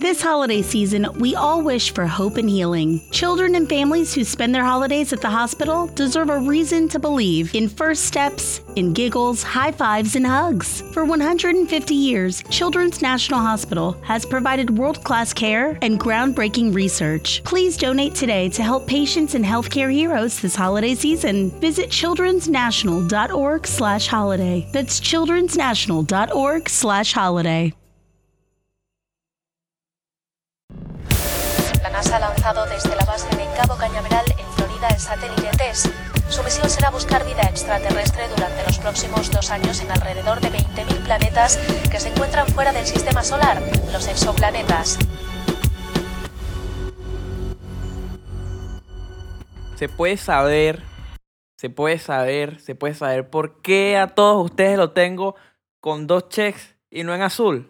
This holiday season, we all wish for hope and healing. Children and families who spend their holidays at the hospital deserve a reason to believe in first steps, in giggles, high fives, and hugs. For 150 years, Children's National Hospital has provided world class care and groundbreaking research. Please donate today to help patients and healthcare heroes this holiday season. Visit childrensnational.org slash holiday. That's childrensnational.org slash holiday. La NASA ha lanzado desde la base de Cabo Cañaveral, en Florida, el satélite TESS. Su misión será buscar vida extraterrestre durante los próximos dos años en alrededor de 20.000 planetas que se encuentran fuera del sistema solar, los exoplanetas. se puede saber, se puede saber, se puede saber por qué a todos ustedes lo tengo con dos checks y no en azul.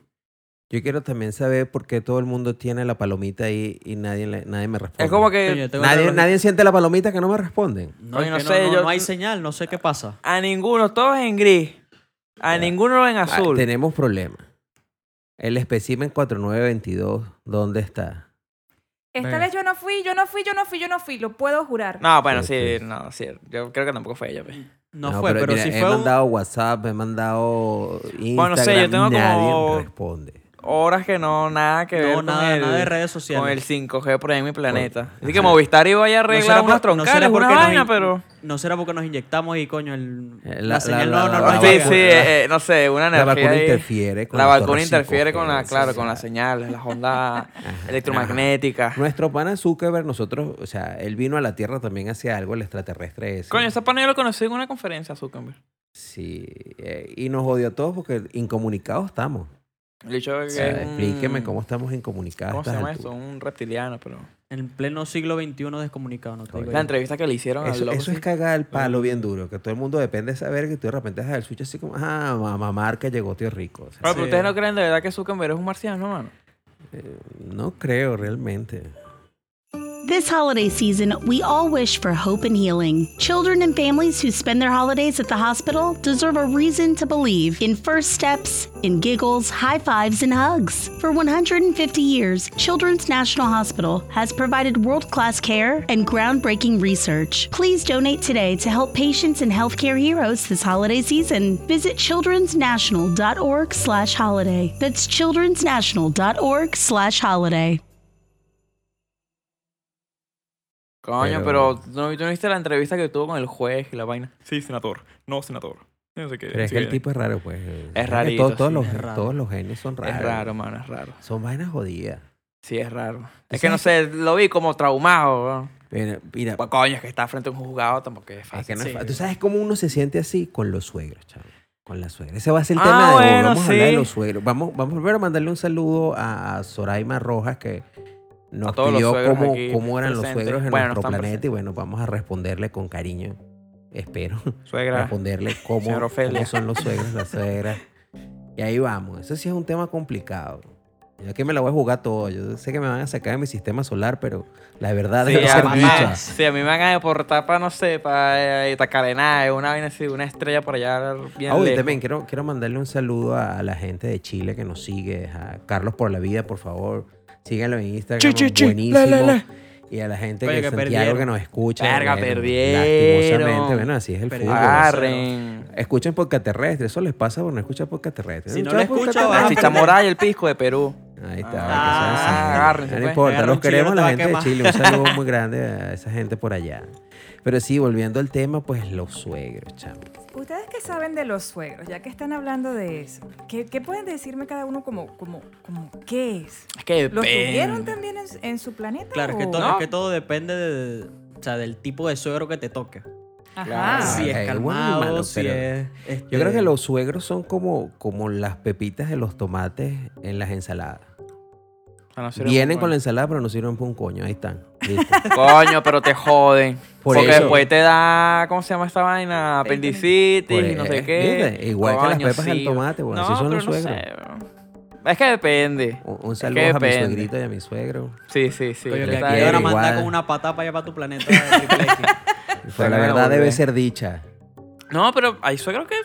Yo quiero también saber por qué todo el mundo tiene la palomita ahí y nadie, le- nadie me responde. Es como que Coño, tengo Nadie, una- nadie siente la palomita que no me responden. No, Oye, es no que no, sé, no- yo- no hay señal, no sé qué pasa. a ninguno, todos en gris, a ninguno en Ah, azul. tenemos problemas. El espécimen 4922, ¿dónde está? Esta Venga. vez yo no fui, yo no fui, yo no fui, yo no fui, lo puedo jurar. No, bueno, sí, Este. no, sí, yo creo que tampoco fue ella. pues. No, fue, pero, mira, si he fue un- mandado WhatsApp, he mandado Instagram, Bueno, no sé, yo tengo nadie como- responde. Horas que no, nada que ver No, con nada, el, nada de redes sociales. Con el 5G por ahí en mi planeta. Bueno, Así que ajá. Movistar iba a No arreglar unas será por- no troncales, será unas porque nos vainas, in- pero... No será porque nos inyectamos y coño, el... Eh, la, la- señal la- no, la- no, la no sí, vacuna- llega. sí, eh, eh, no sé, una La energía vacuna ahí. interfiere con La la vacuna torre interfiere 5G, con la, sí, claro, sí. con las señales, las ondas electromagnéticas. Nuestro pana Zuckerberg, nosotros, o sea, él vino a la Tierra también hacia algo, el extraterrestre ese. Coño, esa pana yo lo conocí en una conferencia, Zuckerberg. Sí, eh, y nos odió a todos porque incomunicados estamos. Le dicho que O sea, es un- explíqueme cómo estamos Mm. incomunicados. a ¿Cómo se estas llama esto? alturas. Un reptiliano, pero... En pleno siglo XXI descomunicado, no te La digo yo. entrevista que le hicieron al Eso, loco. eso sí. es cagar el palo bien duro, que todo el mundo depende de saber que tú de repente dejas el switch así como, ah, a mamar que llegó tío rico. O sea, Ahora, pero Sí. ustedes no creen de verdad que Zuckerberg es un marciano, mano. Eh, no creo realmente. This holiday season, we all wish for hope and healing. Children and families who spend their holidays at the hospital deserve a reason to believe in first steps, in giggles, high fives, and hugs. For 150 years, Children's National Hospital has provided world class care and groundbreaking research. Please donate today to help patients and healthcare heroes this holiday season. Visit childrensnational.org slash holiday. That's childrensnational.org slash holiday. Coño, pero, Pero- ¿tú no, tú no viste la entrevista que tuvo con el juez y la vaina? Sí, senador. No, senador. No sé qué. Pero es que el tipo es raro, pues. Creo que rarito, todo- todos, sí. los, Es raro. todos los genios son raros. Es raro, mano, es raro. Son vainas jodidas. Sí, es raro. ¿Tú Es que no sé, lo vi como traumado, weón. Mira, mira, Pues, coño, es que está frente a un juzgado tampoco es es Ah, fácil. que no es sí. fa- Tú sabes cómo uno se siente así con los suegros, chaval. Con la suegra. Ese va a ser el Ah, tema de hoy. bueno, Vamos a hablar de sí. los suegros. Vamos, vamos primero a mandarle un saludo a a Zoraima Rojas que nos A todos los pidió suegros cómo, aquí cómo eran los presentes. suegros en Bueno, no nuestro están planeta. presentes. Y bueno, vamos a responderle con cariño. Espero Suegra. responderle cómo, Señora Ofelia. cómo son los suegros, las suegras. Y ahí vamos. Eso sí es un tema complicado. Yo aquí me la voy a jugar todo. Yo sé que me van a sacar de mi sistema solar, pero la verdad Sí, debe a, ser mí, dicha. sí, a mí me van a deportar para, no sé, para Itacarená, una vaina así, una estrella por allá bien Ah, oye, lejos. también quiero, quiero mandarle un saludo a, a la gente de Chile que nos sigue, a Carlos por la vida, por favor. Síganlo en Instagram. Chi, chi, chi. Buenísimo. La, la, la. Y a la gente Oye, de que Santiago perdieron. que nos escucha. Verga, bueno, perdieron. Lastimosamente, bueno, así es el Perdieron. fútbol. Ah, Arren. Escuchen podcast terrestre, eso les pasa por no escuchar podcast terrestre. Si no Escucha lo podcast escucha, Ah, La vas a terrestre. chicha morada y el pisco de Perú. Ahí está. Ah, que sean así. agárrense, no pues. importa, Agarra los un chile, queremos no te la va a gente de quemar. Chile. Un saludo muy grande a esa gente por allá. Pero sí, volviendo al tema, pues los suegros, chamo. Ustedes que saben de los suegros, ya que están hablando de eso, ¿qué, qué pueden decirme cada uno como, como, como qué es? Es que ¿Los tuvieron depende. también en, en su planeta? Claro, es que, o- todo, No. es que todo depende de- o sea, del tipo de suegro que te toque. Ajá. Ah, si ok, es calmado, bueno, malo, si pero Yo es... creo este, Eh. que los suegros son como, como las pepitas de los tomates en las ensaladas. Ah, no, sí, Vienen bueno. con la ensalada, pero no sirven para un coño. Ahí están. Listo. Coño, pero te joden. Por Porque eso. después te da, ¿cómo se llama esta vaina? Apendicitis Por y no sé eso, qué. Pues, eh, ¿viste? Igual que las Coño, pepas del tomate, bueno, así son pero los suegros. sé, bro. es que depende. Un, un saludo a mi depende. suegrito y a mi suegro. Sí, sí, sí. Coño, te que Está aquí quiero bien. ahora mandar igual. con una patada para allá para tu planeta. triple X. Pero la Bueno, verdad volvé. debe ser dicha. No, pero hay suegros que,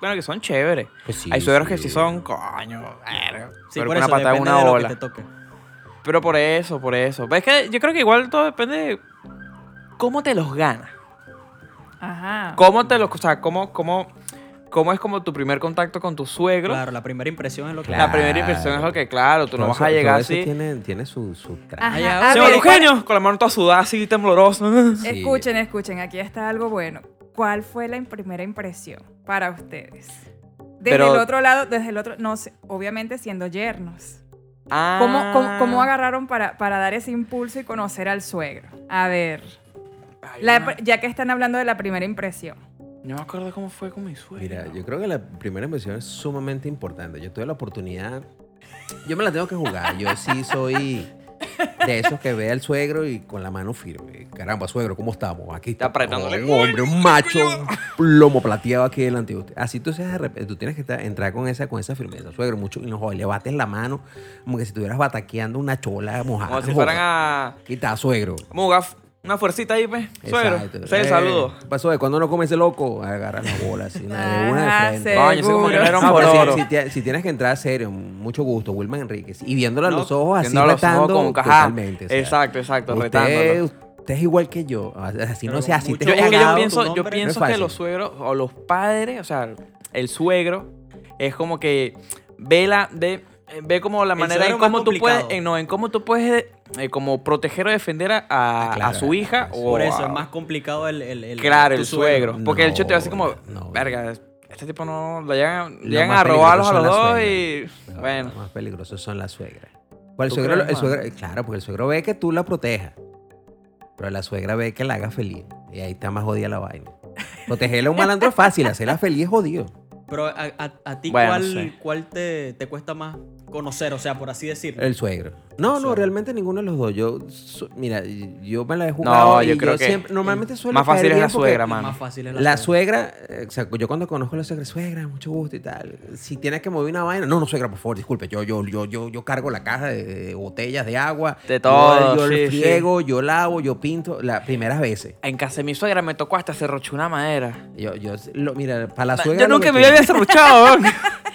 bueno, que son chéveres. Pues sí, hay suegros que sí sí. son, coño, verga. Sí, pero por con una eso patada depende en una de lo bola. que te toque. Pero por eso, por eso. Es que yo creo que igual todo depende de cómo te los ganas. Ajá. ¿Cómo te los... O sea, cómo, cómo, cómo es como tu primer contacto con tu suegro. Claro, la primera impresión es lo que. Claro. La primera impresión es lo que, claro, tú no Todo vas eso- a todo llegar eso así. Tiene, tiene su, su tra- Ajá, Allá- a Se Se va ver, ¿cuál- Eugenio, con la mano toda sudada así, temblorosa. Sí. Escuchen, escuchen, aquí está algo bueno. ¿Cuál fue la primera impresión para ustedes? Desde Pero- el otro lado, desde el otro, no sé, obviamente siendo yernos. Ah. ¿Cómo, cómo, cómo agarraron para, para dar ese impulso y conocer al suegro? A ver, Ay, la- no, ya que están hablando de la primera impresión. no me acuerdo cómo fue con mi suegro. Mira, yo creo que la primera impresión es sumamente importante. Yo tuve la oportunidad. Yo me la tengo que jugar. Yo sí soy de esos que ve al suegro y con la mano firme. Caramba, suegro, ¿cómo estamos? Aquí está apretándole. un hombre, un macho, un plomo plateado aquí delante de usted. Así tú seas de repente, tú tienes que estar- entrar con esa, con esa firmeza, suegro, mucho, y no joder, le bates la mano como que si estuvieras bataqueando una chola mojada. Como si no fueran jodas. a. Aquí está, suegro. Vamos a jugar f- una fuercita ahí, pues. Suegro. Exacto. Ese es el Eh, saludo. ¿qué Pasó de cuando no come ese loco, agarra la bola así, una de una Ajá, de frente. sí. Coño, ese compañero era un No, pero fororo. si, si tie- si tienes que entrar serio, mucho gusto, Wilman Enríquez. Y viéndolo a No, los ojos así, viendo a los ojos retando como que, ajá, totalmente. o sea, exacto, exacto, usted, retándolo. Usted es igual que yo. Así Pero no sea así. mucho- Te Yo, he es que yo cagado. pienso, tu yo nombre. pienso No es que los fácil. suegros o los padres, o sea, el suegro es como que ve la ve, ve como la El manera en suegro más cómo tú puedes, complicado. en, no, en cómo tú puedes eh, como proteger o defender a, a- Ah, claro, a su hija claro, o Por eso a- es más complicado el. el, el claro, tu el suegro, porque el No, chico te va así como, no. verga, este tipo no lo llegan, Lo llegan más a robarlos a los peligroso son dos las y No, bueno, Los más peligrosos son las suegras. Pues el ¿Tú suegro, crees, el mano? suegro- eh, claro, porque el suegro ve que tú la protejas. Pero la suegra ve que la haga feliz. Y ahí está más jodida la vaina. Protegerle a un malandro es fácil, hacerla feliz es jodido. Pero a, a- a ti, Bueno, ¿cuál, sí. cuál te, te cuesta más conocer? O sea, por así decirlo. El suegro. No, El no, suegro. realmente ninguno de los dos. Yo, su- mira, yo me la he jugado. No, yo y creo que siempre- normalmente suelo más fácil caer es la bien porque suegra, Y mano. más fácil es la, La suegra, eh, o sea, yo cuando conozco a la suegra, suegra, mucho gusto y tal. Si tienes que mover una vaina, no, no, suegra, por favor, disculpe, yo, yo, yo, yo, yo cargo la caja de, de botellas de agua. De todo, Yo, yo sí, friego, yo lavo, yo pinto. Las primeras veces. en casa de mi suegra me tocó hasta cerrochar una madera. Yo, yo, lo- mira, para la Na- suegra. Yo lo nunca que me había quiero- cerruchado. weón.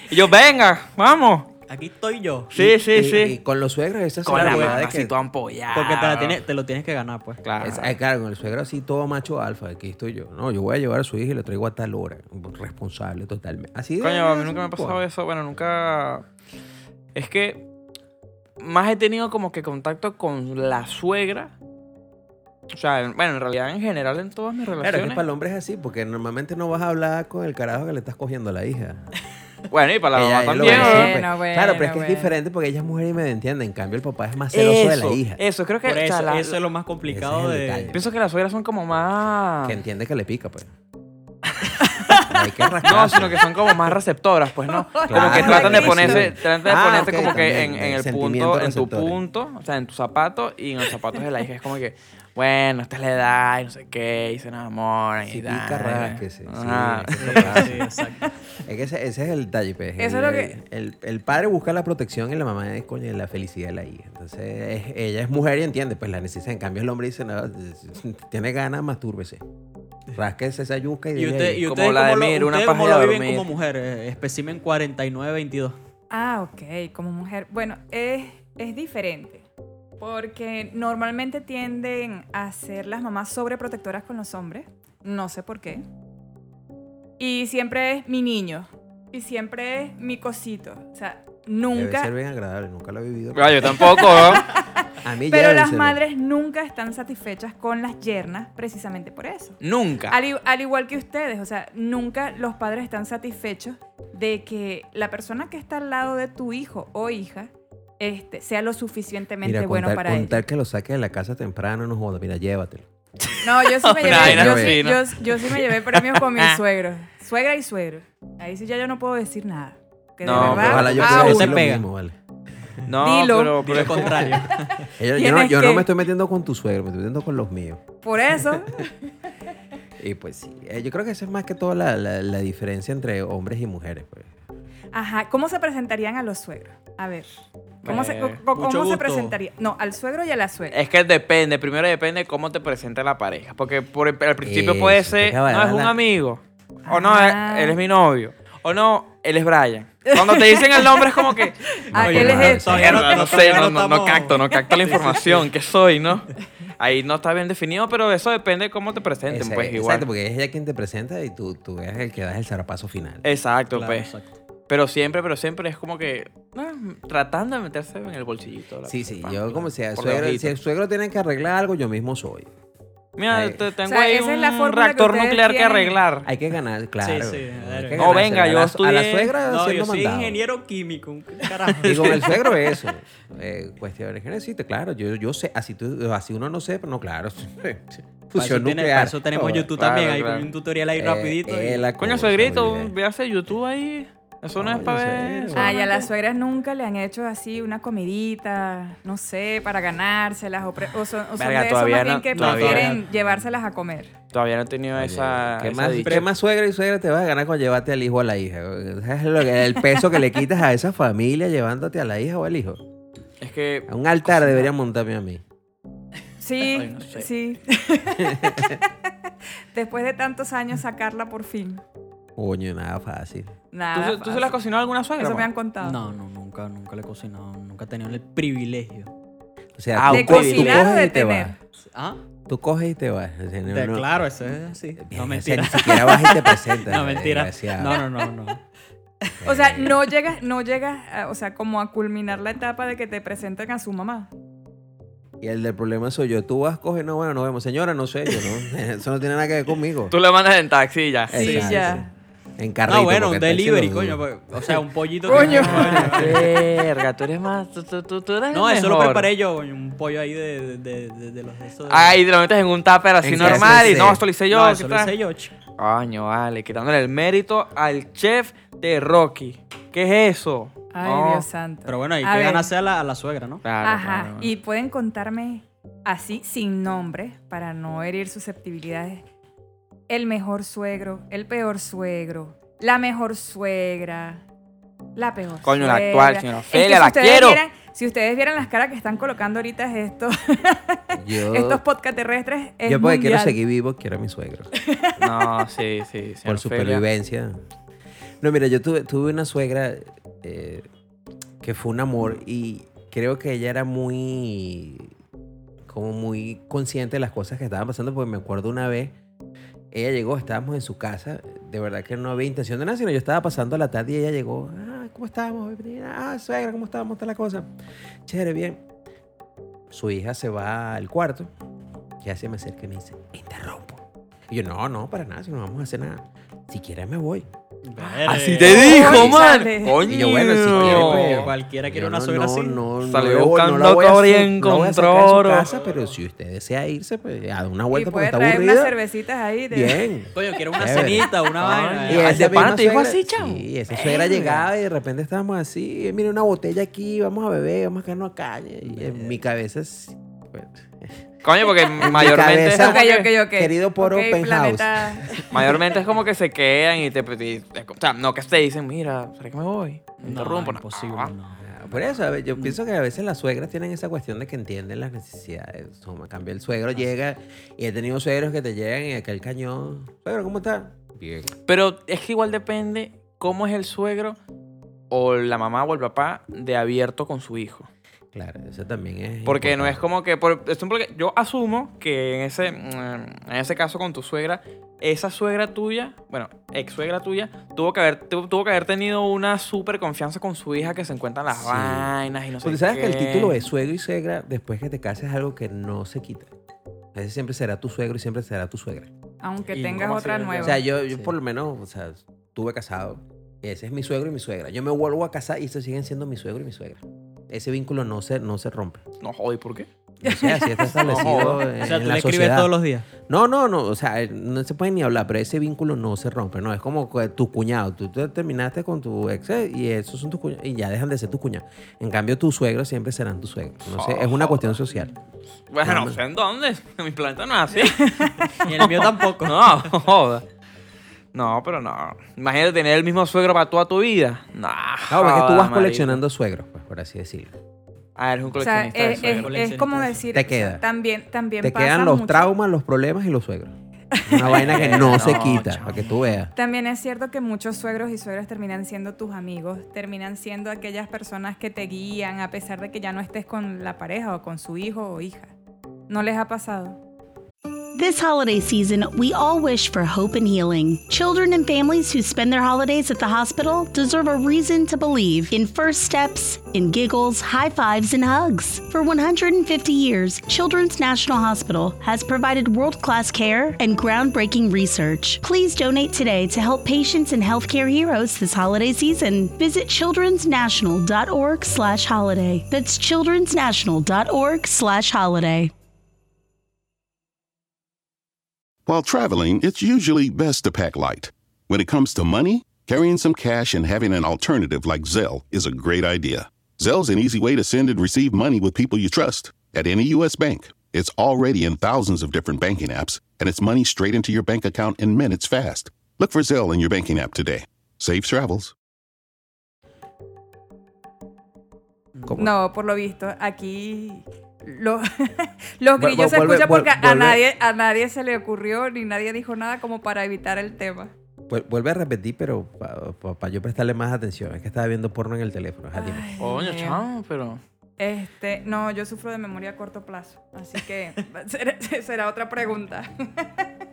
y yo, venga, vamos. Aquí estoy yo. Sí, sí, y- sí. y con los suegros, esa es con la verdad mano de así que- toda ampollada. Porque te, la tienes, te lo tienes que ganar, pues. Claro. Es- eh, claro, con el suegro así todo macho alfa, aquí estoy yo. No, yo voy a llevar a su hija y lo traigo a tal hora. Responsable totalmente. Así pues. de- Coño, a mí nunca me ha Pua. pasado eso. Bueno, nunca... Es que más he tenido como que contacto con la suegra. O sea, en- bueno, en realidad en general en todas mis Claro, es que relaciones. para el hombre es así, porque normalmente no vas a hablar con el carajo que le estás cogiendo a la hija. Bueno, y para la Ella- mamá ella lo también. ve ¿no? bueno, siempre. bueno, claro, pero es que bueno. es diferente porque ella es mujer y me entiende. En cambio, el papá es más celoso de la Eso, hija. eso, creo que... Por o sea, eso, la- eso es lo más complicado Ese es el de. detalle. Pienso que las suegras son como más... Que entiende que le pica, pues. Hay que rascar. No, sino que son como más receptoras, pues no. Como que Claro, tratan de sí. ponerse, tratan de Ah, ponerte ok, como que también, en, en el el sentimiento punto, en tu receptor. punto, o sea, en tu zapato y en los zapatos de la hija. Es como que, bueno, esta es la edad y no sé qué, y se enamoran y Si tal. pica, rásquese, sí, Ajá. hay que Sí, tocar. sí, exacto. Es que ese, ese es el detalle, pues. Eso el, es lo que- el, el padre busca la protección y la mamá es, coño, la felicidad de la hija. Entonces, es- ella es mujer y entiende, pues la necesita. En cambio, el hombre dice, no, tiene ganas, mastúrbese. Rasquese esa yuca y, ¿Y, dele usted, ahí. y Como ustedes la de cómo lo, Mir, una ustedes paja cómo de lo viven dormir. como mujer? Eh, Especimen 4922. Ah, ok, como mujer. Bueno, es, es diferente. Porque normalmente tienden a ser las mamás sobreprotectoras con los hombres. No sé por qué. Y siempre es mi niño. Y siempre es mi cosito. O sea, Debe ser nunca. bien agradable, nunca lo he vivido. Ah, yo tampoco, ¿no? A mí Pero las llévenselo. madres nunca están satisfechas con las yernas precisamente por eso. Nunca. Al, i- al igual que ustedes, o sea, nunca los padres están satisfechos de que la persona que está al lado de tu hijo o hija este, sea lo suficientemente Mira, bueno contar, para contar ellos. que lo saques de la casa temprano, no jodas. Mira, llévatelo. No, yo sí me Una llevé, vaina yo, así, sí, ¿no? yo- yo sí me llevé premios con mis suegros. Suegra y suegro. Ahí sí ya yo no puedo decir nada. Que de No, pero verdad, ah, Ojalá yo a pudiera uno. decir Se lo pega. mismo, vale. No, Dilo. pero, Por pero el es como- contrario. Yo, yo no, Tienes yo no que- me estoy metiendo con tu suegro, me estoy metiendo con los míos. Por eso, Y pues sí, eh, yo creo que esa es más que todo la, la- la diferencia entre hombres y mujeres. Pues. ajá, ¿cómo se presentarían a los suegros? A ver, ¿cómo, se, Eh, co- mucho co- cómo se gusto. presentaría? No, al suegro y a la suegra. Es que depende, primero depende cómo te presenta la pareja. Porque por el- al principio Eso, puede que ser, no, es un cabalala. amigo. O no, eh, él, Ah. él es mi novio. O no, él es Brian. Cuando te dicen el nombre es como que. Ah, "Oye, él es madre, este. Todavía no- mierda, no sé, todavía no no, no, no estamos- capto, no capto la información, que soy, ¿no? Ahí no está bien definido, pero eso depende de cómo te presenten, Esa- pues igual. Exacto, porque es ella quien te presenta y tú, tú eres el que das el zarapazo final. Eh, Exacto, Claro, pues. exacto. Pero siempre, pero siempre es como que ah, tratando de meterse en el bolsillito. de la sí, sí, persona, yo como por si el por suegro, debajo. si el suegro tiene que arreglar algo, yo mismo soy. Mira, Ahí. te- tengo sea, ahí esa es la un fórmula que reactor ustedes nuclear que tienen. arreglar. Hay que ganar, claro. sí, claro. que No, ganársela. venga, A yo la- A la estudié- suegra No, siendo yo soy mandado. ingeniero químico. un Carajo. Y con el suegro eso. Eh, cuestiones genéricas, claro. Yo, yo sé, así, tú, así uno no sé, pero no, claro. Para eso Fusión tiene- nuclear. para eso tenemos No, YouTube claro, también. Hay claro. un tutorial ahí eh, rapidito. y- eh, la Coño, cosa, suegrito, olvidé. véase YouTube ahí. Eso no, No, es para yo sé, ver. yo- Ay, a Ah, las solamente. suegras nunca le han hecho así una comidita, no sé, para ganárselas o, pre- o son, o son Verga, de eso más todavía bien no- que todavía- prefieren llevárselas a comer. Todavía no he Ah, tenido Oye, esa. ¿Qué esa más, dicha. ¿Qué más suegra y suegra te vas a ganar cuando llevarte al hijo o a la hija? Es lo que- el peso que le quitas a esa familia llevándote a la hija o al hijo. Es que. A un altar deberían montarme a mí. Sí, Ay, no sé. sí. Después de tantos años sacarla por fin. Coño, nada fácil. ¿Tú, Nada. se- tú se las fácil. cocinó a alguna suegra? Ah, Eso me man? han contado. No, no, nunca, nunca le he cocinado. Nunca he tenido el privilegio. O sea, Ah, tú ¿De co- co- tú cocinar o coges de y te vas. tener? ¿Ah? Eh, Tú coges y te vas. O sea, no- de- no- Claro, eso es así. Mierda, o No, sea, mentira. Ni siquiera vas y te presentas. No, mentira. desgraciado. No, no, no, no. O sea, Eh, no llegas, no llegas, a- o sea, como a culminar la etapa de que te presenten a su mamá. Y el del problema soy yo. Tú vas, coges, no, bueno, nos vemos. Señora, no sé, yo no. Eso no tiene nada que ver conmigo. Tú la mandas en taxi y ya. Sí, Exacto. ya. En carrito. No, bueno, un porque taxi delivery, lo coño. dudo. pues, O sea, un pollito. Coño. Verga, tú eres más. Tú, tú- tú- tú eres No, el eso lo mejor. preparé yo, coño, un pollo ahí de, de, de, de los de esos. de- Ay, te lo metes en un tupper así En normal. Y CSC. no, esto lo hice yo. no, ¿qué eso lo tal? hice yo, chico. Coño, vale, quitándole el mérito al chef de Rocky. ¿Qué es eso? Ay, No. Dios santo. Pero bueno, hay A que ver. ganarse a la, a la suegra, ¿no? Claro, Ajá. claro. Y pueden contarme así, sin nombre, para no herir susceptibilidades. El mejor suegro, el peor suegro, la mejor suegra, la peor Coño, la suegra. actual, señora Es que Ofelia, la ustedes quiero. vieran- si ustedes vieran las caras que están colocando ahorita es esto, Yo, estos podcast terrestres, es yo porque quiero mundial. seguir vivo, quiero a mi suegro. No, sí, sí. señora por Ofelia. supervivencia. No, mira, yo tuve, tuve una suegra eh, que fue un amor y creo que ella era muy, como muy consciente de las cosas que estaban pasando, porque me acuerdo una vez, ella llegó, estábamos en su casa, de verdad que no había intención de nada, sino yo estaba pasando la tarde y ella llegó, ah, ¿cómo estábamos? Bienvenida. Ah, suegra, ¿cómo estábamos? Está la cosa. Chévere, bien. Su hija se va al cuarto, ya se me acerca y me dice, interrumpo. Y yo, no, no, para nada, si no vamos a hacer nada. Si quieres me voy. Ah, Así Verga. te dijo, Oye, man. sale. Eh, Coño. Y yo, bueno, si quieres, pues, Cualquiera quiere Yo una no, suegra no, así. No, no, Salió la voy- buscando la voy a cobre y hacer- no la voy a sacar de su encontró oro. casa, pero si usted desea irse, pues a dar una Y vuelta porque puede está traer unas aburrida. cervecitas ahí. De... Bien. Coño, quiero una Chévere. cenita, una vaina. Ay, de misma pana te dijo suegra- así, chamo. Sí, esa suegra llegaba y de repente estábamos así, eh, mira una botella aquí, vamos a beber, vamos a quedarnos a calle. Y en mi cabeza, sí, pues, Coño, porque mayormente es, cabeza- como Ok, que, ok, ok. Querido Poro Ok, Penthouse. planeta. mayormente es como que se quedan y te, y- O sea, no que te dicen, mira, ¿para qué me voy? Me interrumpo. No, imposible, Ah, no. Por eso, a ver, Mm. yo pienso que a veces las suegras tienen esa cuestión de que entienden las necesidades. Toma, cambia el suegro, llega y he tenido suegros que te llegan y aquel cañón. Suegro, ¿cómo está? Bien. Pero es que igual depende cómo es el suegro o la mamá o el papá de abierto con su hijo. Claro, eso también es. Porque no es importante. como que. Por, es un- porque yo asumo que en ese, mm, en ese caso con tu suegra, esa suegra tuya, bueno, ex suegra tuya, tuvo que haber, tu- tuvo que haber tenido una súper confianza con su hija que se encuentran las Sí. vainas y no sé Porque sabes que el qué. título de suegro y suegra, después que te casas, es algo que no se quita. Ese siempre será tu suegro y siempre será tu suegra. Aunque ¿Y tengas cómo otra se- nueva. O sea, yo, yo Sí. por lo menos, o sea, estuve casado. Ese es mi suegro y mi suegra. Yo me vuelvo a casar y se siguen siendo mi suegro y mi suegra. Ese vínculo no se, no se rompe. No joder, ¿por qué? O sea, así está establecido en, O sea, en tú la le escribes sociedad. todos los días. No, no, no, o sea, eh, no se puede ni hablar, pero ese vínculo no se rompe, no, es como que tu cuñado, tú te- terminaste con tu ex eh, y esos son tus cuñados y ya dejan de ser tus cuñados. En cambio, tus suegros siempre serán tus suegros. No sé, es una cuestión social. Bueno, No, no no. sé en dónde. Mi planeta no es así. Y el mío tampoco. No, joda. No, pero no. Imagínate tener el mismo suegro para toda tu vida. No, Claro, porque joda, tú vas marico. coleccionando suegros, pues, por así decirlo. Ah, eres un O sea, coleccionista de es, es- suegros. es como decir. Te o sea, queda. también, también Te pasa quedan los mucho. traumas, los problemas y los suegros. Una vaina que no, se No, quita, chamo. para que tú veas. También es cierto que muchos suegros y suegras terminan siendo tus amigos, terminan siendo aquellas personas que te guían a pesar de que ya no estés con la pareja o con su hijo o hija. ¿No les ha pasado? This holiday season, we all wish for hope and healing. Children and families who spend their holidays at the hospital deserve a reason to believe in first steps, in giggles, high fives, and hugs. For 150 years, Children's National Hospital has provided world class care and groundbreaking research. Please donate today to help patients and healthcare heroes this holiday season. Visit childrensnational.org slash holiday. That's childrensnational.org slash holiday. While traveling, it's usually best to pack light. When it comes to money, carrying some cash and having an alternative like Zelle is a great idea. Zelle's an easy way to send and receive money with people you trust at any U.S. bank. It's already in thousands of different banking apps, and it's money straight into your bank account in minutes fast. Look for Zelle in your banking app today. Safe travels. ¿Cómo? No, por lo visto, aquí lo- los Vu- grillos vu- se vuelve- escuchan vuel- porque a vuelve. nadie, a nadie se le ocurrió ni nadie dijo nada como para evitar el tema. Vuel- Vuelve a repetir, pero para yo prestarle más atención. Es que estaba viendo porno en el teléfono. ajá, dime. Ay, Coño, Dios mío. chamo, pero. Este, no, yo sufro de memoria a corto plazo, así que será, será otra pregunta.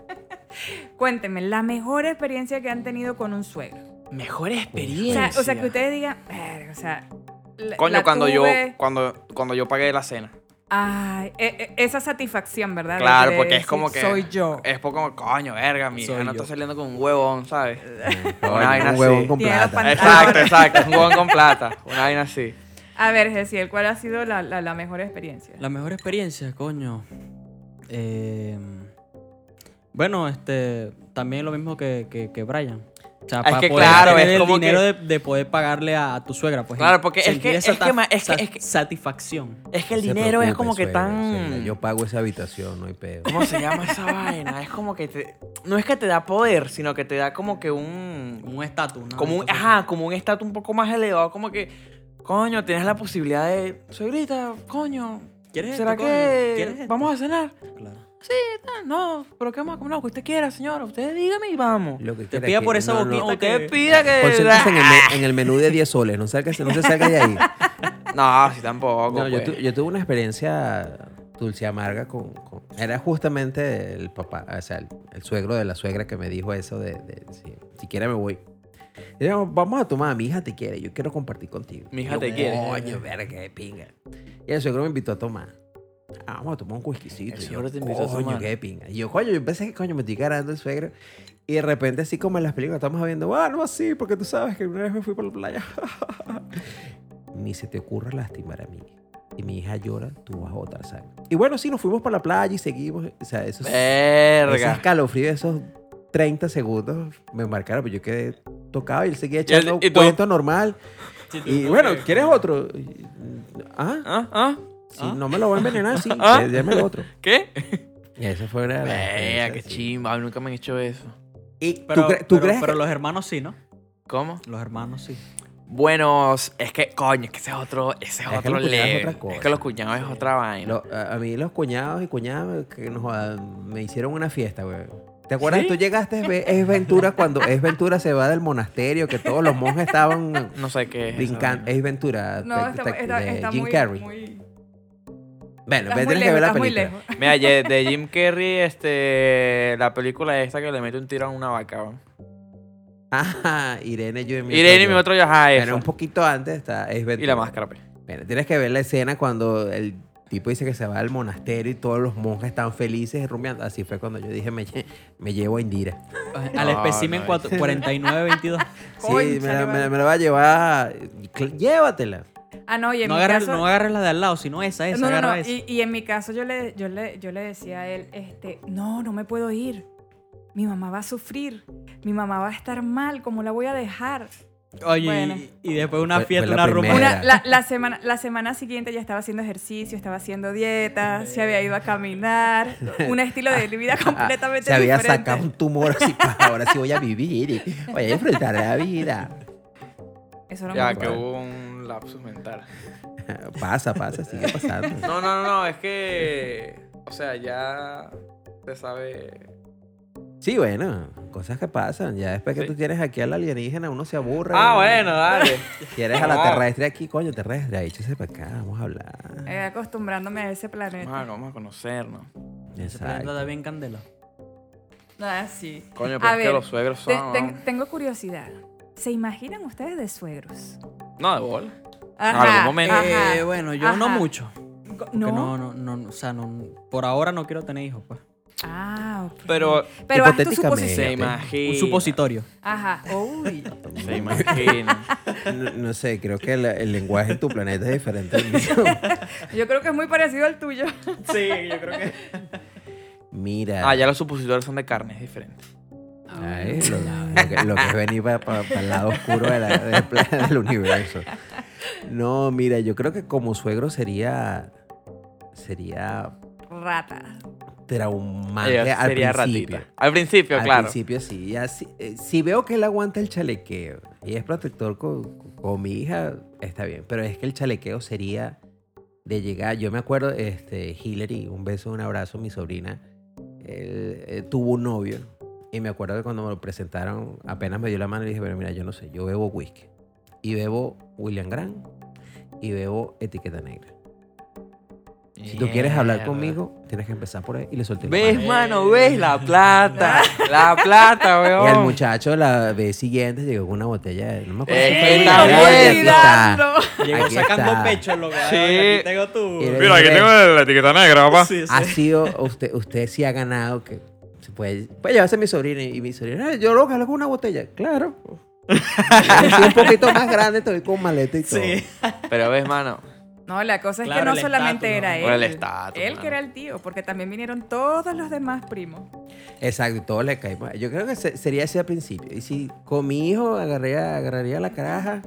Cuéntenme, la mejor experiencia que han tenido con un suegro. Mejor O experiencia. sea, o sea, que ustedes digan, "Verga", o sea, la- Coño, la cuando yo, tuve". cuando, cuando yo pagué la cena. Ay, e- e- esa satisfacción, ¿verdad? De Claro, que porque es decir, como que. Soy yo. Es como, coño, verga, mi Soy hija no yo. está saliendo con un huevón, ¿sabes? Coño, Una vaina un huevón así. con Tiene los plata. pantalones. Exacto, exacto. Un huevón con plata. Una vaina así. A ver, Jessiel, ¿cuál ha sido la, la- la mejor experiencia? La mejor experiencia, coño. Eh, bueno, este, también lo mismo que, que, que Brian. O sea, Es que poder claro, tener es el como que- dinero de, de poder pagarle a, a tu suegra, pues. Claro, porque es sentir que- esa es que ta- ma- es que- sa- es que- satisfacción. Es que el Se dinero es preocupe, como que suegra, tan. suegra, Yo pago esa habitación, no hay pedo. ¿Cómo se llama esa vaina? Es como que te. No es que te da poder, sino que te da como que un. Como un estatus. ¿no? Como un. Ah, Entonces, Ajá, como un estatus un poco más elevado. Como que. Coño, tienes la posibilidad de. Suegrita, coño. ¿Quieres ¿Será esto, coño? que ¿Quieres esto? vamos a cenar? Claro. Sí, tal, no, pero qué más, no, que usted quiera, señora. Usted dígame y vamos. Lo que Te quiera pida que- por esa no, no. boquita Usted que- pida que. Concéntrese en el, me- en el menú de 10 soles, no, salga- no se salga de ahí. No, sí, tampoco. No, yo, pues. tu- yo tuve una experiencia dulce amarga con, con- Era justamente el papá, o sea, el, el suegro de la suegra que me dijo eso de, de si, si quiere me voy. Y yo, vamos a tomar, mi hija te quiere, yo quiero compartir contigo. Mi Y hija yo, te quiere. Coño, verga, qué pinga. Y el suegro me invitó a tomar. Ah, vamos a tomar un whiskycito. El Y yo, suegro te invitó a coño, tomar. qué pinga. Y yo, coño, yo pensé que coño, me estoy cargando el suegro. Y de repente, así como en las películas, estamos viendo, bueno, así, porque tú sabes que una vez me fui por la playa. Ni se te ocurra lastimar a mi hija. Y mi hija llora, tú vas a botar sangre. Y bueno, sí, nos fuimos para la playa y seguimos. O sea, eso es. Ese Verga. escalofrío, de esos 30 segundos me marcaron, pero yo quedé tocado y él seguía Y él- echando y tú- cuento normal. Y bueno, ¿quieres otro? Y- Ah, ¿Ah? ¿Ah? si ah. no me lo voy a envenenar, sí, Ah. dé- déme el otro. ¿Qué? Y esa fue una de las Verga, qué experiencias, sí. chimba, nunca me han hecho eso. ¿Y tú, Pero, cre- tú pero- crees pero que- los hermanos sí, ¿no? ¿Cómo? Los hermanos sí. Bueno, es que, coño, es que ese es otro, ese es, que otro los cuñados es level. otra cosa. Es que los cuñados es otra vaina. Lo- a, a mí los cuñados y cuñadas que nos, jodan, me hicieron una fiesta, güey. ¿Te acuerdas? ¿Sí? Tú llegaste, es Ve- es Ventura, cuando es Ventura se va del monasterio, que todos los monjes estaban No sé qué es. esa brincando. vaina. Es Ventura, No, ta- está, ta- está- de está Jim muy, Carrey. muy- Bueno, estás ve- tienes muy que lejos, ver la estás muy película. lejos. Mira, ye- de Jim Carrey, este, la película esta que le mete un tiro a una vaca. ¿no? Ajá, Irene, yo y mi Irene y otro mi yo. otro yo, ajá, Pero eso. un poquito antes está es Ventura. Y la máscara, pues. Bueno, tienes que ver la escena cuando el tipo dice que se va al monasterio y todos los monjes están felices rumbeando. Así fue cuando yo dije, me, lle- me llevo a Indira. Al Ah, espécimen no, cuatro- 4922. Sí, me la, Cónchale, me la- vale. me la va a llevar. Cl- Llévatela. Ah, no, y en No mi agarres, caso- no agarres la de al lado, sino esa, esa. No, no, agarra no. esa. Y, y en mi caso yo le, yo, le, yo le decía a él, este, no, no me puedo ir. Mi mamá va a sufrir. Mi mamá va a estar mal. ¿Cómo la voy a dejar? Oye, Bueno. y, y después una Fue- fue fiesta, la una rumba. primera. Una- la, la semana, la semana siguiente ya estaba haciendo ejercicio, estaba haciendo dieta, se había ido a caminar. Un estilo de vida completamente Ah, Se había diferente. sacado un tumor así. "Ah, Ahora sí voy a vivir. y voy a disfrutar de la vida. Eso no Ya, me que gustó. hubo un lapsus mental. Pasa, pasa, sigue pasando. No, no, no, no, es que. O sea, ya se sabe Sí, bueno, cosas que pasan. Ya después que tú tienes aquí al alienígena, uno se aburre. Ah, bueno, dale. Quieres a No. la terrestre aquí, coño, terrestre. Ahí, échese para acá, vamos a hablar. Eh, acostumbrándome a ese Vamos a, planeta. vamos a conocernos. Ese planeta Exacto. está bien candela. Ah, sí. Coño, pero A es que ver, los suegros te- son. ten- tengo curiosidad. ¿Se imaginan ustedes de suegros? No, de bola. Ajá, algún momento. ajá. Eh, bueno, yo no Ajá. mucho. Go- porque ¿No? No, no, no, no, o sea, no, por ahora no quiero tener hijos, pues. Ah, ok. Pero Pero haz tu hipotéticamente. suposición. se Fíjate. imagina. Un supositorio. Ajá. Uy. Se imagina. No, no sé, creo que la- el lenguaje en tu planeta es diferente al mío. Yo creo que es muy parecido al tuyo. sí, yo creo que. Mira. Ah, ya los supositorios son de carne, es diferente. Ay, lo, lo que, lo que es venir para el lado oscuro de la- del plan- del universo. No, mira, yo creo que como suegro sería. Sería Rata. traumante Ella al sería principio. ratita. Al principio, al claro. principio sí. Ya, si, eh, si veo que él aguanta el chalequeo y es protector con, con mi hija, está bien. Pero es que el chalequeo sería de llegar. Yo me acuerdo, este, Hillary, un beso, un abrazo, mi sobrina, él, eh, tuvo un novio. Y me acuerdo que cuando me lo presentaron, apenas me dio la mano y dije, bueno, mira, yo no sé, yo bebo whisky. Y bebo William Grant y bebo etiqueta negra. Si tú quieres hablar Mierda. conmigo, tienes que empezar por ahí y le solté la mano. ¿Ves, mano? ¿Ves? La plata. la plata, Y el weón. muchacho la vez siguiente llegó con una botella de... No me acuerdo. Eh, si que fue está Viagra, bien. aquí está. Llego Aquí sacando está. pecho, loco. Sí. Ay, aquí tengo tu... Y le dije, la etiqueta negra, papá. Sí, sí. Ha sido... Usted, usted sí ha ganado que... Se puede, puede llevarse a mi sobrina y mi sobrina, "Ah, yo lo jalo con una botella. Claro. Soy un poquito más grande, estoy con maleta y todo. Sí. Pero ves, mano. No, la cosa es Claro, que no el solamente estatus, era ¿no? él. Por el estatus, Él claro. que era el tío, porque también vinieron todos los demás primos. Exacto, y todos le caímos. Yo creo que se- sería ese al principio. Y si con mi hijo agarré, agarraría la caraja,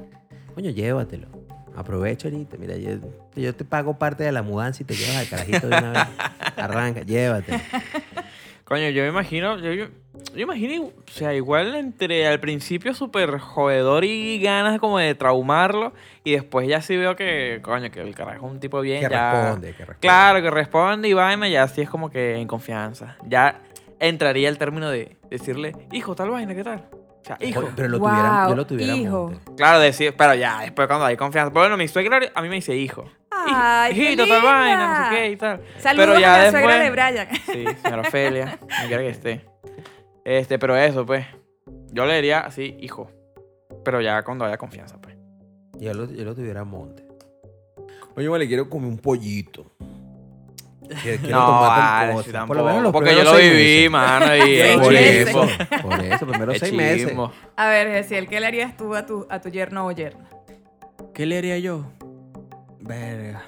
coño, llévatelo. Aprovecha ahorita, mira, yo, yo te pago parte de la mudanza y te llevas al carajito de una vez. Arranca, llévatelo. Coño, yo me imagino, yo, yo, yo imagino, o sea, igual entre al principio súper jodedor y ganas como de traumarlo, y después ya sí veo que, coño, que el carajo es un tipo bien. Que ya- responde, que responde. Claro, que responde y vaina, ya así es como que en confianza. Ya entraría el término de decirle, hijo, tal vaina, ¿qué tal? O sea, hijo. Oye, Pero lo tuviera, yo Wow, lo tuviera hijo. monte. Claro, decir, pero ya, después cuando hay confianza. Por Bueno, mi suegra a mí me dice hijo. Ay, qué Hijito, tal linda. vaina, no sé qué y tal. Saludos pero ya a la después, suegra de Brian. Sí, señora Ofelia, me quiera que esté. Este, pero eso, pues. Yo le diría así, hijo. Pero ya cuando haya confianza, pues. Yo lo, yo lo tuviera monte. Oye, vale, quiero comer un pollito. Quiero, quiero no, tomar tal vale, cosa. sí, Por lo menos tampoco. los Porque yo primeros lo seis viví, meses. mano. Y Sí, Por meses. eso, por eso, primero Es seis meses. chismo. A ver, Jessiel, ¿qué le harías tú a tu, a tu yerno o yerna? ¿Qué le haría yo? Verga.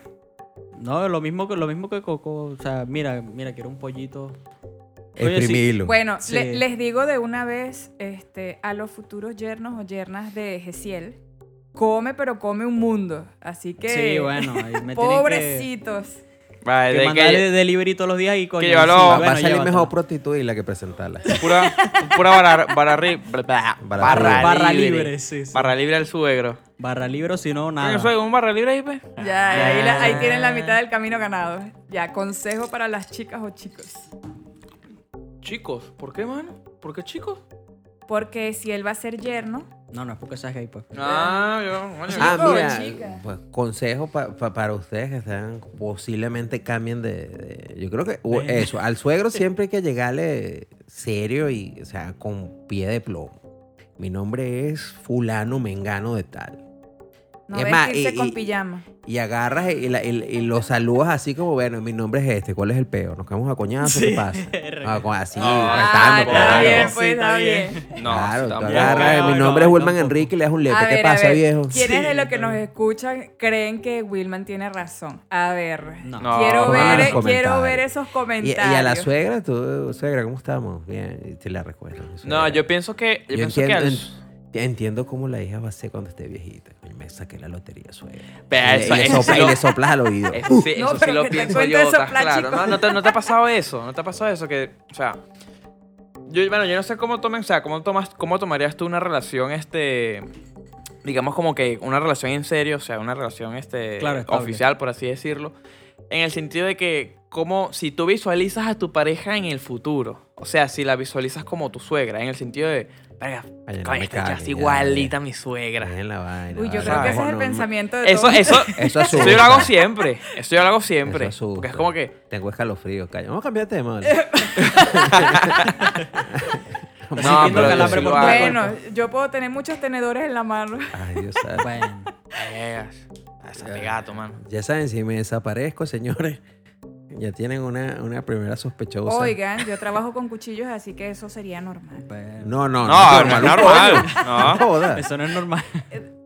No, lo mismo que lo mismo que Coco. O sea, mira, mira, quiero un pollito. Oye, sí. Exprimirlo. Bueno, Sí. le- les digo de una vez este, a los futuros yernos o yernas de Jesiel, come, pero come un mundo. Así que, Sí, bueno, ahí me tienen que- pobrecitos. Vale, Que de mandar que delivery todos los días y coño. llevarlo- sí, Va bueno, a salir llévatelo. mejor prostituirla que presentarla. pura, pura barra, barra, ri- bla, bla, Barra barra, libre. Barra libre. libre, sí, sí. Barra libre al suegro. Barra libre, si no, ¿Tiene Ah. nada. suegro un barra libre ahí, pues? Ya, ahí, la- ahí tienen la mitad del camino ganado. Ya, consejo para las chicas o chicos. Chicos, ¿por qué, mano? ¿Por qué chicos? Porque si él va a ser yerno, No, no es porque seas gay, pues. Ah, yo, coño. Ah, Chico, mira, chica. pues, consejo pa- pa- para ustedes que están, posiblemente cambien de, de- Yo creo que u- eso, al suegro siempre hay que llegarle serio y, o sea, con pie de plomo. Mi nombre es fulano mengano de tal. no Es vestirse más, y- con y- pijama. Y agarras y, la- y- y lo saludas así como, bueno, mi nombre es este, ¿cuál es el peo? Nos quedamos a coñazo, ¿qué pasa? Ah, co- así, Ah, cantando, está claro. bien, Sí, pues, está está bien. bien. No, Claro, tú tampoco. agarras, No, mi no, nombre es Wilman tampoco. Enrique y le das un lete. A ¿Qué ver, a pasa, ver, viejo? ¿Quiénes Sí, de los que nos claro. escuchan creen que Wilman tiene razón? A ver, No. No. quiero, Pongan en ver, los quiero comentarios. ver esos Y, y comentarios. a la suegra, tú, suegra, ¿cómo estamos? Bien, y te la recuerdo. No, suegra. yo pienso que. Yo, Yo pienso que. entiendo, al- en- entiendo cómo la hija va a ser cuando esté viejita. Coño, Me saqué la lotería, suegra. Pero y, le- eso- y le eso Eh, sopla- sí y lo- le soplas al oído. Eso sí, No, eso sí pero lo que te pienso cuente yo, eso, está plan, claro. chico. No, no te, no te ha pasado eso, no te ha pasado eso, que, o sea, yo, bueno, yo no sé cómo tomen, o sea, cómo tomas, cómo tomarías tú una relación, este, digamos como que una relación en serio, o sea, una relación, este, Claro, estable. oficial, por así decirlo, en el sentido de que como si tú visualizas a tu pareja en el futuro, o sea, si la visualizas como tu suegra, en el sentido de, verga, Ay, no coño, me esta chava cagues, es ya, igualita ya. a mi suegra. Dejen la vaina, Uy, yo vale, creo que vale. ese es el No, no, pensamiento de Eso, todos. eso, Eso eso asusta. yo lo hago siempre. Eso yo lo hago eso siempre. Porque es asusta. como que, Tengo escalofrío, calla. Vamos a cambiar de tema. vale. Vamos No, a sintiendo cambiar de calambre tema. por todo el Bueno, yo puedo tener muchos tenedores en la mano. Ay, Dios sabe. Bueno. "Vergas, esa Eh. de gato, mano. Ya saben, si me desaparezco, señores, ya tienen una, una primera sospechosa. Oigan, yo trabajo con cuchillos, así que eso sería normal. bueno. No, no, No, es no es normal, normal. un coño. No. Joda. Eso no es normal.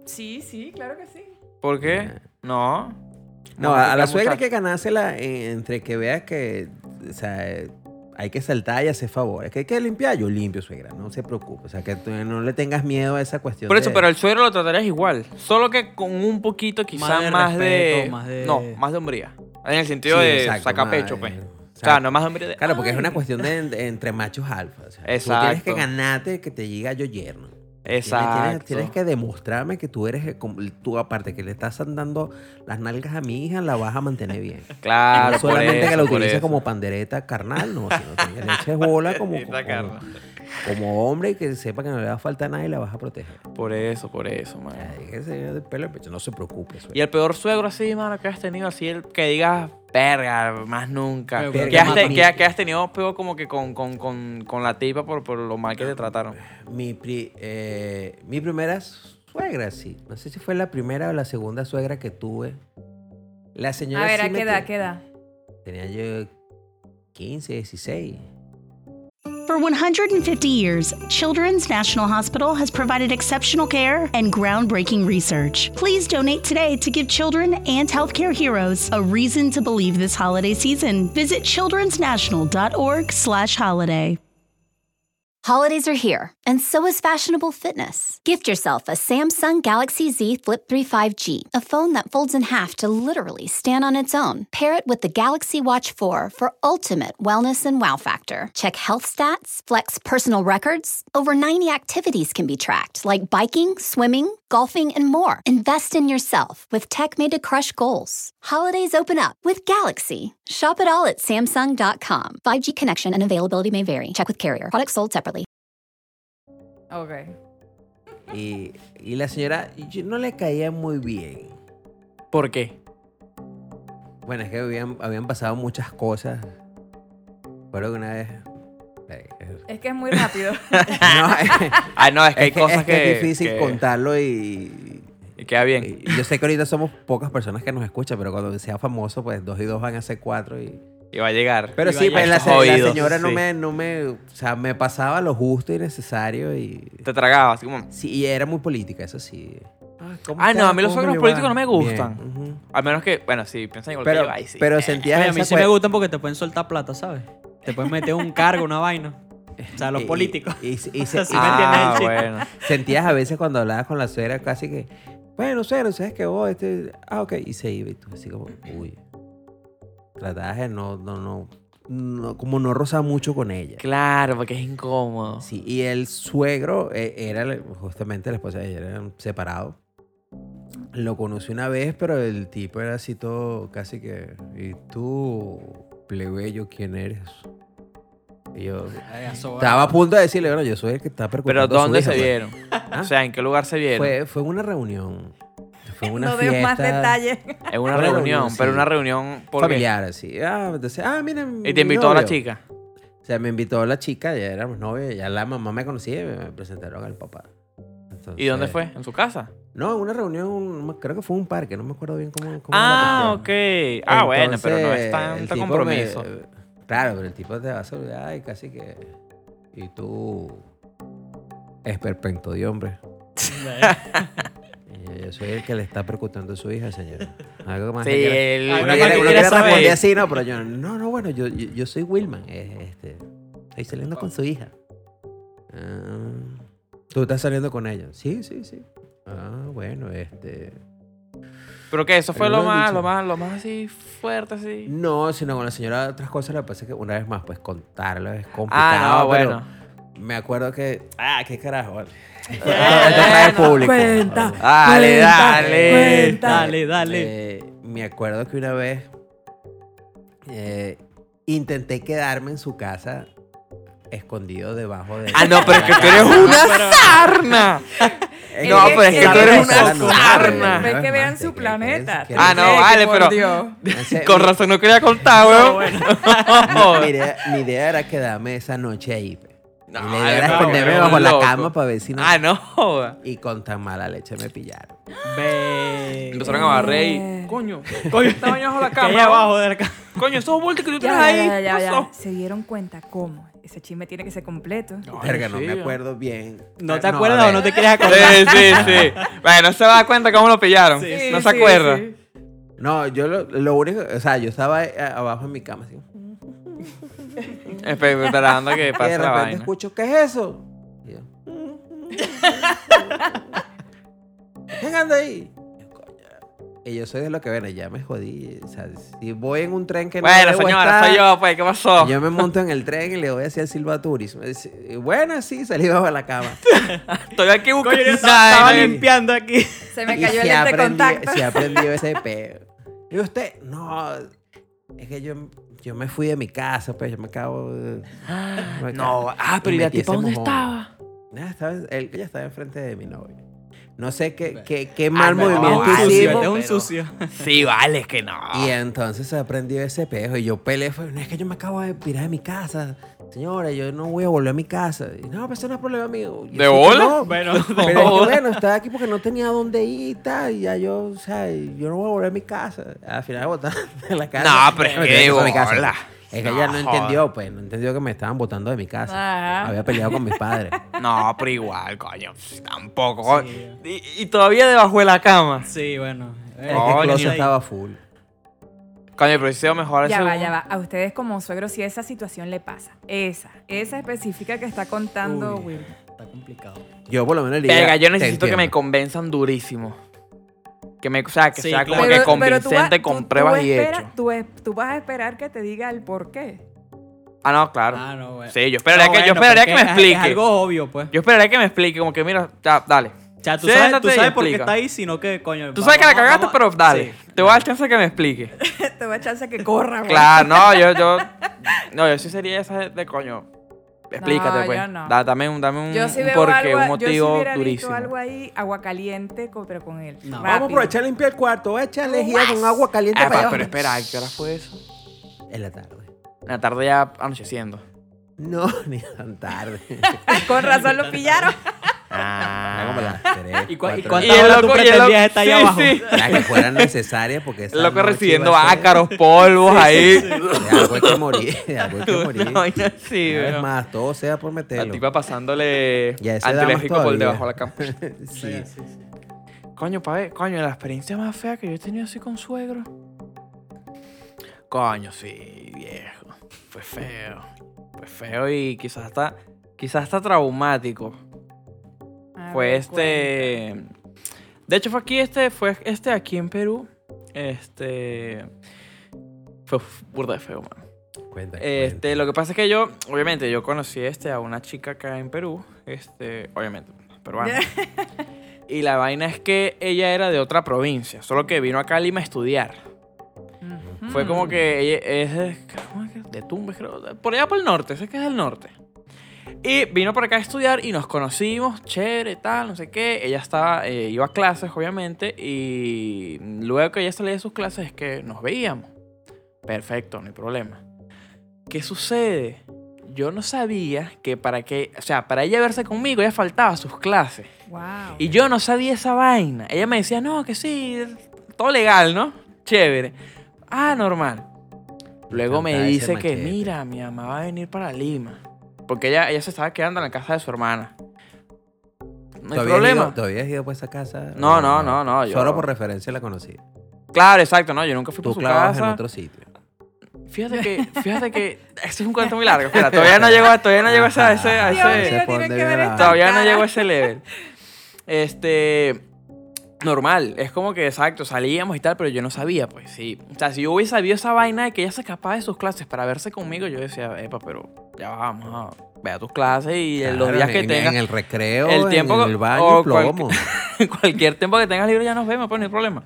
Sí, sí, claro que sí. ¿Por qué? No. Eh. No, a, a la Muchacha. suegra hay que ganársela eh, entre que veas que, o sea, eh, hay que saltar y hacer favores. Que hay que limpiar, yo limpio, suegra, no se preocupe. O sea, que tú no le tengas miedo a esa cuestión. Por eso, de- pero el suegro lo tratarías igual. Solo que con un poquito quizás de más, de, respeto, más de- No, más de hombría. En el Sí, sentido de exacto, sacapecho, ma- pues. eh, O sea, no más de hombría de... Claro, porque es una cuestión de en- entre machos alfa. o sea, Tú tienes que Exacto. ganarte que te diga yo yerno. Tienes- Exacto. tienes- Tienes, que demostrarme que tú eres, eh, como- tú aparte que le estás dando las nalgas a mi hija, la vas a mantener bien. Claro, no solamente Ah, por eso, que la por utilices eso. como pandereta carnal, no, sino que le eches bola como, Esta como, carne. como hombre y que sepa que no le va a faltar nada y la vas a proteger. Por eso, por eso, man. Ay, que se de pelo en pecho, no se preocupe. suegra. Y el peor suegro así, mano, que has tenido, así el que digas, verga, más nunca. Pero, pero que, has que te- mata- que ha- que has tenido peor como que con, con, con, con la tipa por, por lo mal que te trataron. Mi, pri- eh, mi primera suegra, sí. No sé si fue la primera o la segunda suegra que tuve. La señora A ver, sí ¿a me qué te- edad, qué edad? Tenía yo 15, 16. For 150 years, Children's National Hospital has provided exceptional care and groundbreaking research. Please donate today to give children and healthcare heroes a reason to believe this holiday season. Visit childrensnational.org/holiday. Holidays are here, and so is fashionable fitness. Gift yourself a Samsung Galaxy Z Flip 3 5G, a phone that folds in half to literally stand on its own. Pair it with the Galaxy Watch 4 for ultimate wellness and wow factor. Check health stats, flex personal records. Over 90 activities can be tracked, like biking, swimming, golfing, and more. Invest in yourself with tech made to crush goals. Holidays open up with Galaxy. Shop it all at Samsung.com. 5G connection and availability may vary. Check with carrier. Products sold separately. Ok. Y, y la señora yo no le caía muy bien. ¿Por qué? Bueno, es que habían, habían pasado muchas cosas. Recuerdo que una vez. eh, Es que es muy rápido. No, es, que- Ah, no, es que hay es que cosas que, es difícil que- contarlo y, y queda bien. y Yo sé que ahorita somos pocas personas que nos escuchan, pero cuando sea famoso, pues dos y dos van a ser cuatro. Y... Y va a llegar. Pero Y sí, vaya pues, la, esos se- la oídos, señora no, sí. me, no me. O sea, me pasaba lo justo y necesario y. Te tragaba, así como. Sí, y era muy política, eso sí. Ah, ¿cómo Ah, está? no, a mí los ¿Cómo suegros le va? políticos no me Bien, gustan. ujú. Al menos que, bueno, sí, piensan igual que Pero, yo, ay, sí. pero sentías Oye, a mí esa sí me cue- gustan porque te pueden soltar plata, ¿sabes? Te pueden meter un cargo, una vaina. O sea, los y- políticos. y- y- y- O sea, y- sí me entiendes el ah, chiste. bueno. Sentías a veces cuando hablabas con la suegra casi que, bueno, suegra, ¿sabes qué vos? Este, ah, ok. Y se iba y tú así como, uy. Tratabas de no, no, no, no- como no rozar mucho con ella. Claro, porque es incómodo. Sí, y el suegro eh, era la- justamente la esposa de ella, eran separados. Lo conocí una vez, pero el tipo era así todo, casi que, ¿y tú, plebeyo, quién eres? Y yo Ay, a sobrar. estaba a punto de decirle, bueno, yo soy el que está percutando Pero a su ¿dónde hija, se pues. vieron? O sea, ¿en qué lugar se vieron? Fue, fue una reunión. Fue una no fiesta dé más detalles. en una fue una reunión, reunión, pero sí. una reunión porque familiar, así. Ah, entonces, ah, miren. Y te mi invitó a la novio. chica. O sea, me invitó la chica, ya éramos novios, ya la mamá me conocía y me presentaron al papá. ¿Y dónde Entonces, fue? ¿En su casa? No, una reunión, no me- creo que fue un parque, no me acuerdo bien cómo. cómo era Ah, la ok. cuestión. Ah, bueno, pero no Entonces, es el tanto tipo compromiso. me- claro, pero el tipo te va a saludar y casi que. Y tú. Esperpento de hombre. Y yo, yo soy el que le está percutando a su hija, señor. Algo más. Sí, eh, que quiera- el- Uno Algo más quiere- que uno quiera quiere saber. responder así, no, pero yo. No, no, bueno, yo, yo, yo soy Wilman. eh, Este, estoy saliendo con su hija. Ah, Tú estás saliendo con ella. Sí, sí, sí. Ah, bueno, este. Pero que eso fue Pero lo lo han más, dicho. lo más, lo más así fuerte, así. No, sino con la señora otras cosas, lo que pasa es que una vez más, pues contarlo es complicado. Ah, no, pero bueno. Me acuerdo que. Ah, qué carajo. vale. Esto Bueno. es público. Cuenta. Dale, Cuenta, dale. cuenta. Dale, dale. Eh, me acuerdo que una vez eh, intenté quedarme en su casa escondido debajo de. Ah, no, pero es que tú eres una sarna. Es No, pero es que tú eres una quedan- sarna. Ve que vean su planeta. que- Ah, no, Ve que, vale, por pero- Dios. Entonces, Con mi- razón no quería contar, weón. mi, mi idea, mi idea era quedarme esa noche ahí. pues. pe. Y No, la idea era no, esconderme weón, bajo la loco. cama para ver si no. Ah, no. joda. Y con tan mala leche me pillaron. Ve. Empezaron a barrer y. Coño, coño, estaba yo bajo la Que ahí cama. abajo de la ca- Coño, esos vueltos que tú tienes Ya, ahí. ya, ya, ¿qué ya. pasó? Se dieron cuenta cómo. Ese chisme tiene que ser completo. Ay, Verga, no sí, me ya. acuerdo bien. ¿No te acuerdas o no te quieres acordar? Sí, sí, sí. Bueno, no se va a dar cuenta cómo lo pillaron. Sí, no sí, se acuerda. sí. No, yo lo, lo único, o sea, yo estaba eh, abajo en mi cama así. Espe- Esperando a que Y pase de la repente vaina. escucho, ¿qué es eso? Y yo, ¿Quién anda ahí? Y yo, "Coño". Y yo soy de lo que ven, ya me jodí. O sea, si voy en un tren que no Bueno, debo señora, estar, soy yo, pues, ¿qué pasó? Yo me monto en el tren y le voy a decir al silbaturis. Me dice, "Y Bueno, sí, salí bajo la cama. Estoy aquí buscando. Coño, yo Ay, estaba, estaba no, limpiando aquí. Se me Y cayó se el lente de aprendió- contacto. se aprendió ese peo. Y usted, no, es que yo, yo me fui de mi casa, pues yo me acabo de... me acabo- No, ah, pero y ¿y la metí tipa ese dónde mojón. estaba? Nada, estaba, él, ella estaba enfrente de mi novio. No sé qué, qué, qué mal no, movimiento ah, sí, hicimos. es un pero- sucio. Sí, vale, es que no. Y entonces se aprendió ese pejo. Y yo peleé, fue, no es que yo me acabo de pirar de mi casa. Señora, yo no voy a volver a mi casa. Y, no, pero eso no es problema mío. Y ¿De yo, bola? "No". Bueno, Pero es que, bola. bueno, estaba aquí porque no tenía dónde ir y tal. Y ya yo, o sea, yo no voy a volver a mi casa. Al final botaron de la casa. No, pero es Me que quedé de con mi casa. bola. Es que ella No, no entendió, pues, no entendió que me estaban botando de mi casa. Ajá. Había peleado con mis padres. No, pero igual, coño, pff, tampoco. coño. Y, y todavía debajo de la cama. Sí, bueno. Es Eh, que el Coño. closet estaba full. Coño, pero si mejor Ya eso- va, ya va. A ustedes como suegros si esa situación le pasa. Esa, esa específica que está contando Uy. Will. Está complicado. Yo por lo menos le dije. Verga, yo "Te necesito que me entiendo". convenzan durísimo. Que me, o sea, que Sí, sea claro. como que convincente tú- con tú pruebas y espera- hechos. Tú, es- tú vas a esperar que te diga el por qué. Ah, no, claro. Ah, no, bueno. Sí, yo esperaría No, que, yo bueno, esperaría que porque me es- es explique. algo obvio, pues. Yo esperaría que me explique, como que mira, ya, dale. O sea, tú Siéntate sabes, tú y sabes por qué explica. está ahí, sino que, coño. Tú va- sabes que la vamos- cagaste, vamos- pero dale. Sí. Te voy a dar chance que me explique. te va a chance que corra, güey. Claro, no, yo, yo. No, yo sí sería esa de, de coño. Explícate, No, pues. yo no. Da- dame un, dame un, Yo sí un veo porqué, algo, un yo sí motivo hubiera durísimo. visto algo ahí, agua caliente, co- pero con él. No. Vamos a Rápido. aprovechar a limpiar el cuarto. Echa lejía con agua caliente Ah, para allá pero abajo. espera, ¿a qué hora fue eso? En la tarde. En la tarde ya anocheciendo. No, ni tan tarde. Con razón lo pillaron. Era como las tres, ¿Y, cua- y cuatro cuántas Y el horas tú loco- y el pretendías loco- estar ahí sí, abajo? sí. Las que fueran necesarias porque esa El loco noche recibiendo iba a ser- ácaros, polvos ahí. De algo hay que morir, de algo hay que morir. Una vaina así, Una vez weón. más, todo sea por La meterlo. tipa pasándole Y a esa edad más antialérgico por todavía. debajo de la cama. sí. Coño, pa' ver, coño, la experiencia más fea que yo he tenido así con suegro. Coño, sí, viejo. Fue feo. Fue feo y quizás está. Quizás está traumático. A Fue ver, este. De hecho, fue aquí este. Fue este aquí en Perú. Este. Fue f- burda de feo, man. Cuenta, cuenta. Este, lo que pasa es que yo, obviamente, yo conocí este, a una chica acá en Perú, este, obviamente, peruana. y la vaina es que ella era de otra provincia, solo que vino acá a Lima a estudiar. cuenta. Ujú. Fue como que ella es de, ¿cómo es que? de Tumbes, creo, de- por allá por el norte, sé que es del norte. Y vino por acá a estudiar y nos conocimos, chévere, tal, no sé qué. Ella estaba, eh, iba a clases, obviamente, y luego que ella salía de sus clases es que nos veíamos. Perfecto, no hay problema. ¿Qué sucede? Yo no sabía que para que, o sea, para ella verse conmigo, ella faltaba a sus clases. Wow. Y yo no sabía esa vaina. Ella me decía, no, que sí, todo legal, ¿no? Chévere. Ah, normal. Luego me encantaba ese dice que, machete. mira, mi mamá va a venir para Lima. Porque ella, ella se estaba quedando en la casa de su hermana. No ¿Tú hay habías problema. ido- ¿Tú habías ido por esa casa? No, ¿O no, no, no, yo- Solo por referencia la conocí. Claro, exacto, no, yo nunca fui por su Tú clavabas en casa. otro sitio. Fíjate que, fíjate que, este es un cuento muy largo. Espera, todavía no llego, a- todavía no llego a ese, a ese, a Dios ese- mío, Se tiene pone que bien ver la- esta Ah. Todavía no cara. llego a ese level. Este. Normal, es como que exacto, salíamos y tal, pero yo no sabía, pues sí. O sea, si yo hubiese sabido esa vaina de que ella se escapaba de sus clases para verse conmigo, yo decía, epa, pero ya vamos, a- vea tus clases y los Claro, días que en, tengas. En el recreo, el en- tiempo en, que- el baño, o cual- plomo. cualquier tiempo que tengas libre ya nos vemos, pues no hay problema.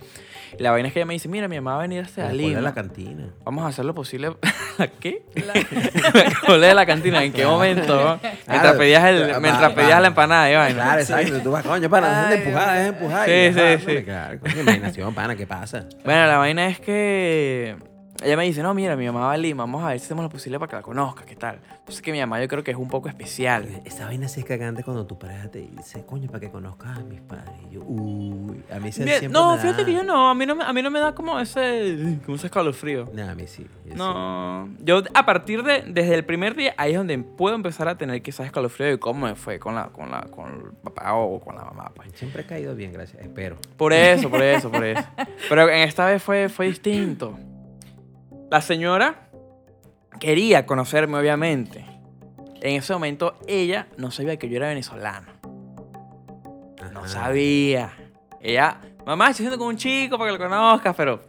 Y la vaina es que ella me dice, mira, mi mamá va a venir hasta La cola Lima. de la cantina. Vamos a hacer lo posible. ¿La qué? La cola de la cantina. ¿En qué momento? mientras Claro, pedías, el- claro, mientras va- pedías va. la empanada y vaina. Claro, exacto. Tú vas, coño, pana, dejen de empujar, dejen de empujar. Y Sí, ajá, sí, hombre, sí. Claro, coño, imaginación, pana, ¿qué pasa? Bueno, la vaina es que ella me dice, no, mira, mi mamá va a Lima, vamos a ver si hacemos lo posible para que la conozca, ¿qué tal? Entonces que mi mamá yo creo que es un poco especial. Esa vaina sí es cagante cuando tu pareja te dice, coño, para que conozcas a mis padres. Y yo, uy, a mí se Bien, siempre no, me da- fíjate que yo no, a mí no, me- a mí no me da como ese, como ese escalofrío. No, a mí sí. yo sí. No, yo a partir de, desde el primer día, ahí es donde puedo empezar a tener quizás escalofrío de cómo me fue con la, con la, con el papá o con la mamá, pues. Siempre he caído bien, gracias. Espero. Por eso, por eso, por eso. Pero en esta vez fue, fue distinto. La señora quería conocerme, obviamente. En ese momento ella no sabía que yo era venezolano. No Ajá. sabía. Ella, mamá, estoy haciendo con un chico para que lo conozcas, pero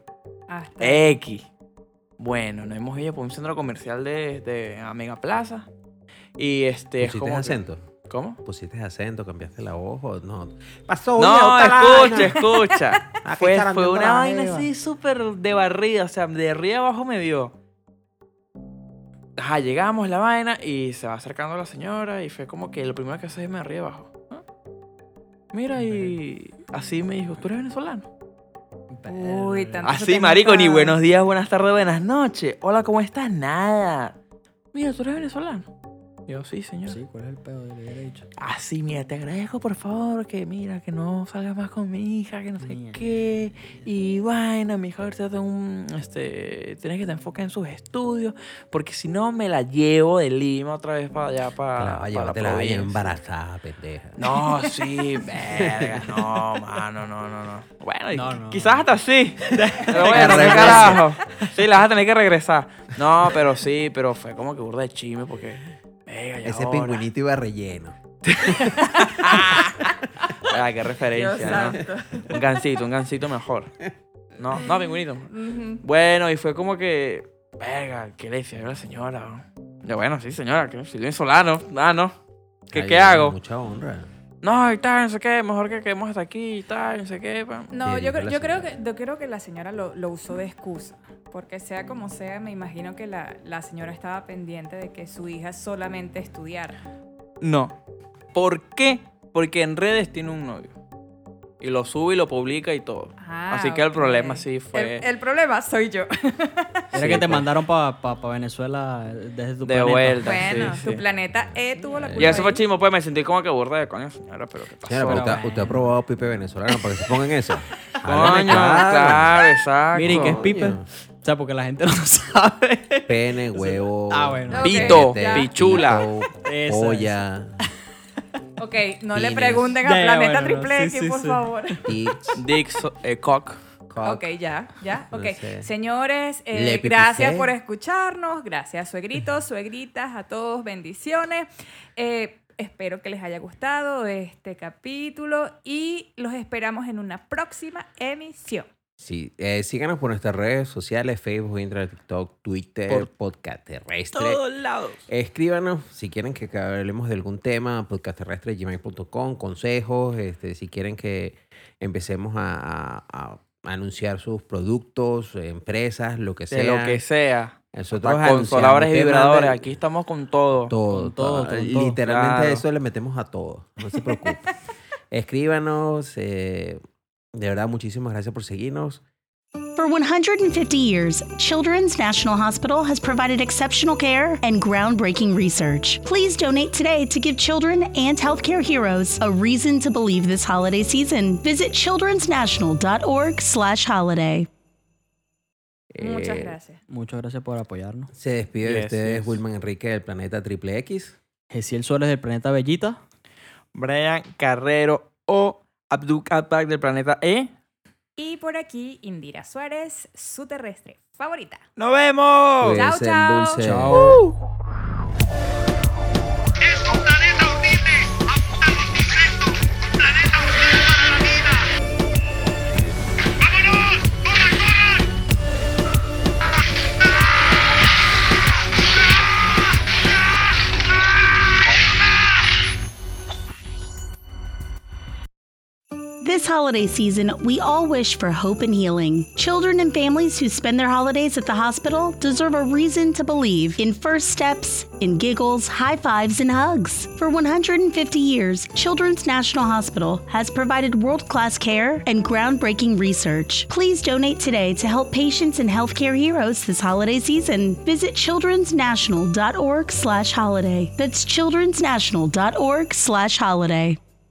Hasta X. Bueno, nos hemos ido por un centro comercial de, de Amiga Plaza. Y este es ¿Pusiste como. que- acento? ¿Cómo? ¿Pusiste acento? ¿Cambiaste la voz? o No. Pasó, No, mira, escucha, vaina. escucha. Aquí fue, zarandeando fue una la vaina jeva. así súper de barrida, o sea, de arriba abajo me dio. Ajá, llegamos la vaina y se va acercando la señora y fue como que lo primero que hace es me arriba abajo. ¿no? Mira y así me dijo, ¿tú eres venezolano? Uy, tanto se Así, te marico, ni nota. buenos días, buenas tardes, buenas noches. Hola, ¿cómo estás? Nada. Mira, ¿tú eres venezolano? Yo, sí, señor. Sí, ¿cuál es el pedo de la derecha? Así, mira, te agradezco por favor que mira, que no salgas más con mi hija, que no sé Mierda. qué. Y vaina, mi hija ahorita tiene un, este, tienes que te enfocar en sus estudios, porque si no me la llevo de Lima otra vez para allá, para, Claro, para llévatela la bien provincia". embarazada, pendeja. No, sí, verga, no, mano, no, no, no. Bueno, y No, qui- no. quizás hasta sí. Pero bueno, qué regrese. carajo. Sí, la vas a tener que regresar. No, pero sí, pero fue como que burda de chisme, porque. Venga, ya Ese ahora. pingüinito iba relleno. Ah, qué referencia, Dios ¿no? Un gansito, un gansito mejor. No, no, pingüinito. Bueno, y fue como que. Verga, ¿qué le decía yo a la señora? no? Yo, bueno, sí, señora, que soy venezolano. Ah, no. ¿Qué, Ay, ¿qué hago? Mucha honra. No, y tal, no sé qué, mejor que quedemos hasta aquí y tal, no sé qué. pa. No, Sí, yo, dijo creo- la yo creo señora. que yo creo que la señora lo, lo usó de excusa. Porque sea como sea, me imagino que la, la señora estaba pendiente de que su hija solamente estudiara. No. ¿Por qué? Porque en redes tiene un novio. Y lo sube y lo publica y todo. Ah, Así que el ok. problema sí fue. El, el problema soy yo. Era que te mandaron para pa, pa Venezuela desde tu De planeta. vuelta. bueno, sí, tu sí. planeta E tuvo la culpa. Y eso fue ahí. chimo, pues me sentí como que burda de coño, señora, pero ¿qué pasó? Señora, pero usted, bueno. usted ha probado pipe venezolano para que se pongan eso. Coño, Háblame claro, exacto. Miren, ¿qué es pipe? Coño. O sea, porque la gente no sabe. Pene, huevo. Ah, bueno. Pito, pete, pichula. pito, Esa, Olla. Ok, no le Pines. pregunten a Ya, ya, Planeta bueno, no, Triple sí, X, sí, por sí. favor. tits, Dix, eh, cock. cock. Ok, ya, ya. No Ok, sé. señores, eh, Le gracias pipisé. por escucharnos. Gracias, suegritos, suegritas, a todos, bendiciones. Eh, espero que les haya gustado este capítulo y los esperamos en una próxima emisión. Sí, eh, síganos por nuestras redes sociales, Facebook, Instagram, TikTok, Twitter, Por Podcast Terrestre. Todos lados. Escríbanos si quieren que hablemos de algún tema, podcastterrestre.gmail.com, consejos, este, si quieren que empecemos a, a- a anunciar sus productos, empresas, lo que sea. De lo que sea. Nosotros Para consoladores y anunciamos, vibradores, ustedes aquí estamos con todo. todo, Con todo, todo, con todo. Literalmente Claro. eso le metemos a todo. No se preocupe. Escríbanos. eh, de verdad, muchísimas gracias por seguirnos. For 150 years, Children's National Hospital has provided exceptional care and groundbreaking research. Please donate today to give children and healthcare heroes a reason to believe this holiday season. Visit childrensnational.org/holiday. Muchas Eh, gracias. Muchas gracias por apoyarnos. Se despide de Yes, ustedes, yes. Wilman Enrique del Planeta Triple X. Gesiel Suárez del planeta Bellita. Brian Carrero o Abdul Katbak del planeta E. Y por aquí, Indira Suárez, su terrestre favorita. ¡Nos vemos! Cuídense, chao. dulce. Es un planeta horrible, apunta los insectos, un planeta horrible para la vida. ¡Vámonos! ¡Corran, corran! ¡Ah! ¡Ah! ¡Ah! ¡Ah! This holiday season, we all wish for hope and healing. Children and families who spend their holidays at the hospital deserve a reason to believe in first steps, in giggles, high fives, and hugs. For 150 years, Children's National Hospital has provided world class care and groundbreaking research. Please donate today to help patients and healthcare heroes this holiday season. Visit childrensnational.org slash holiday. That's childrensnational.org slash holiday.